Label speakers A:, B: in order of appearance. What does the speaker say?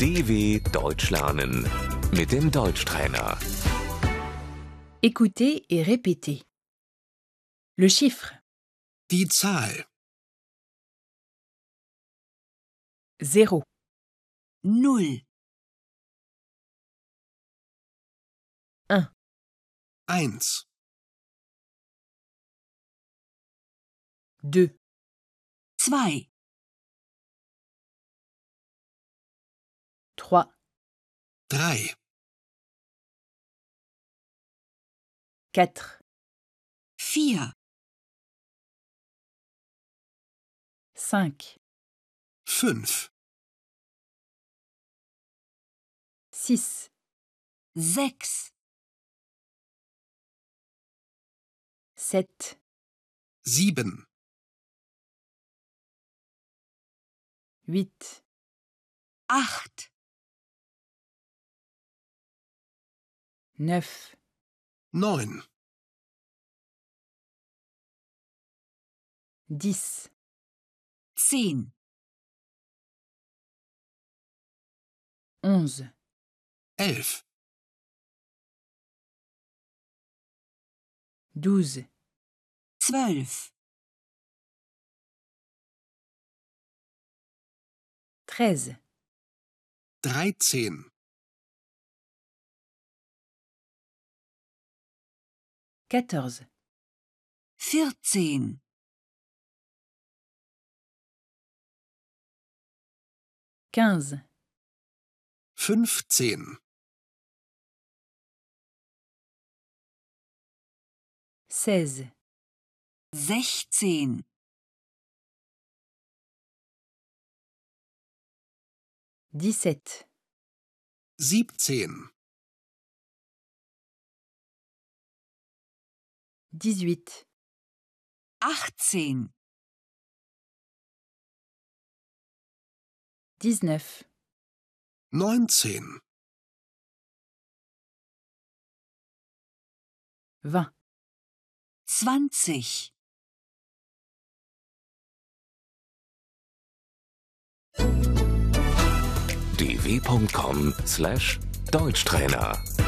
A: DW Deutsch lernen mit dem Deutschtrainer.
B: Écoutez et répétez. Le chiffre
C: Die Zahl
B: 0,
D: Null,
C: 1,
B: 2,
D: zwei,
B: 3,
C: 3,
B: 4,
D: vier,
B: 5,
C: 5,
B: 6,
D: sechs,
B: 7,
C: 7,
B: 8,
D: acht,
B: 9,
C: 9,
B: 10,
D: zehn,
B: 11,
C: 11,
B: 12,
D: zwölf,
B: 13,
C: 13,
B: 14,
D: vierzehn,
B: 15,
C: 15,
B: 16,
D: sechzehn,
B: 17,
C: 17,
D: achtzehn,
B: 18, 19,
C: 19,
B: 20,
D: zwanzig.
A: dw.com/deutschtrainer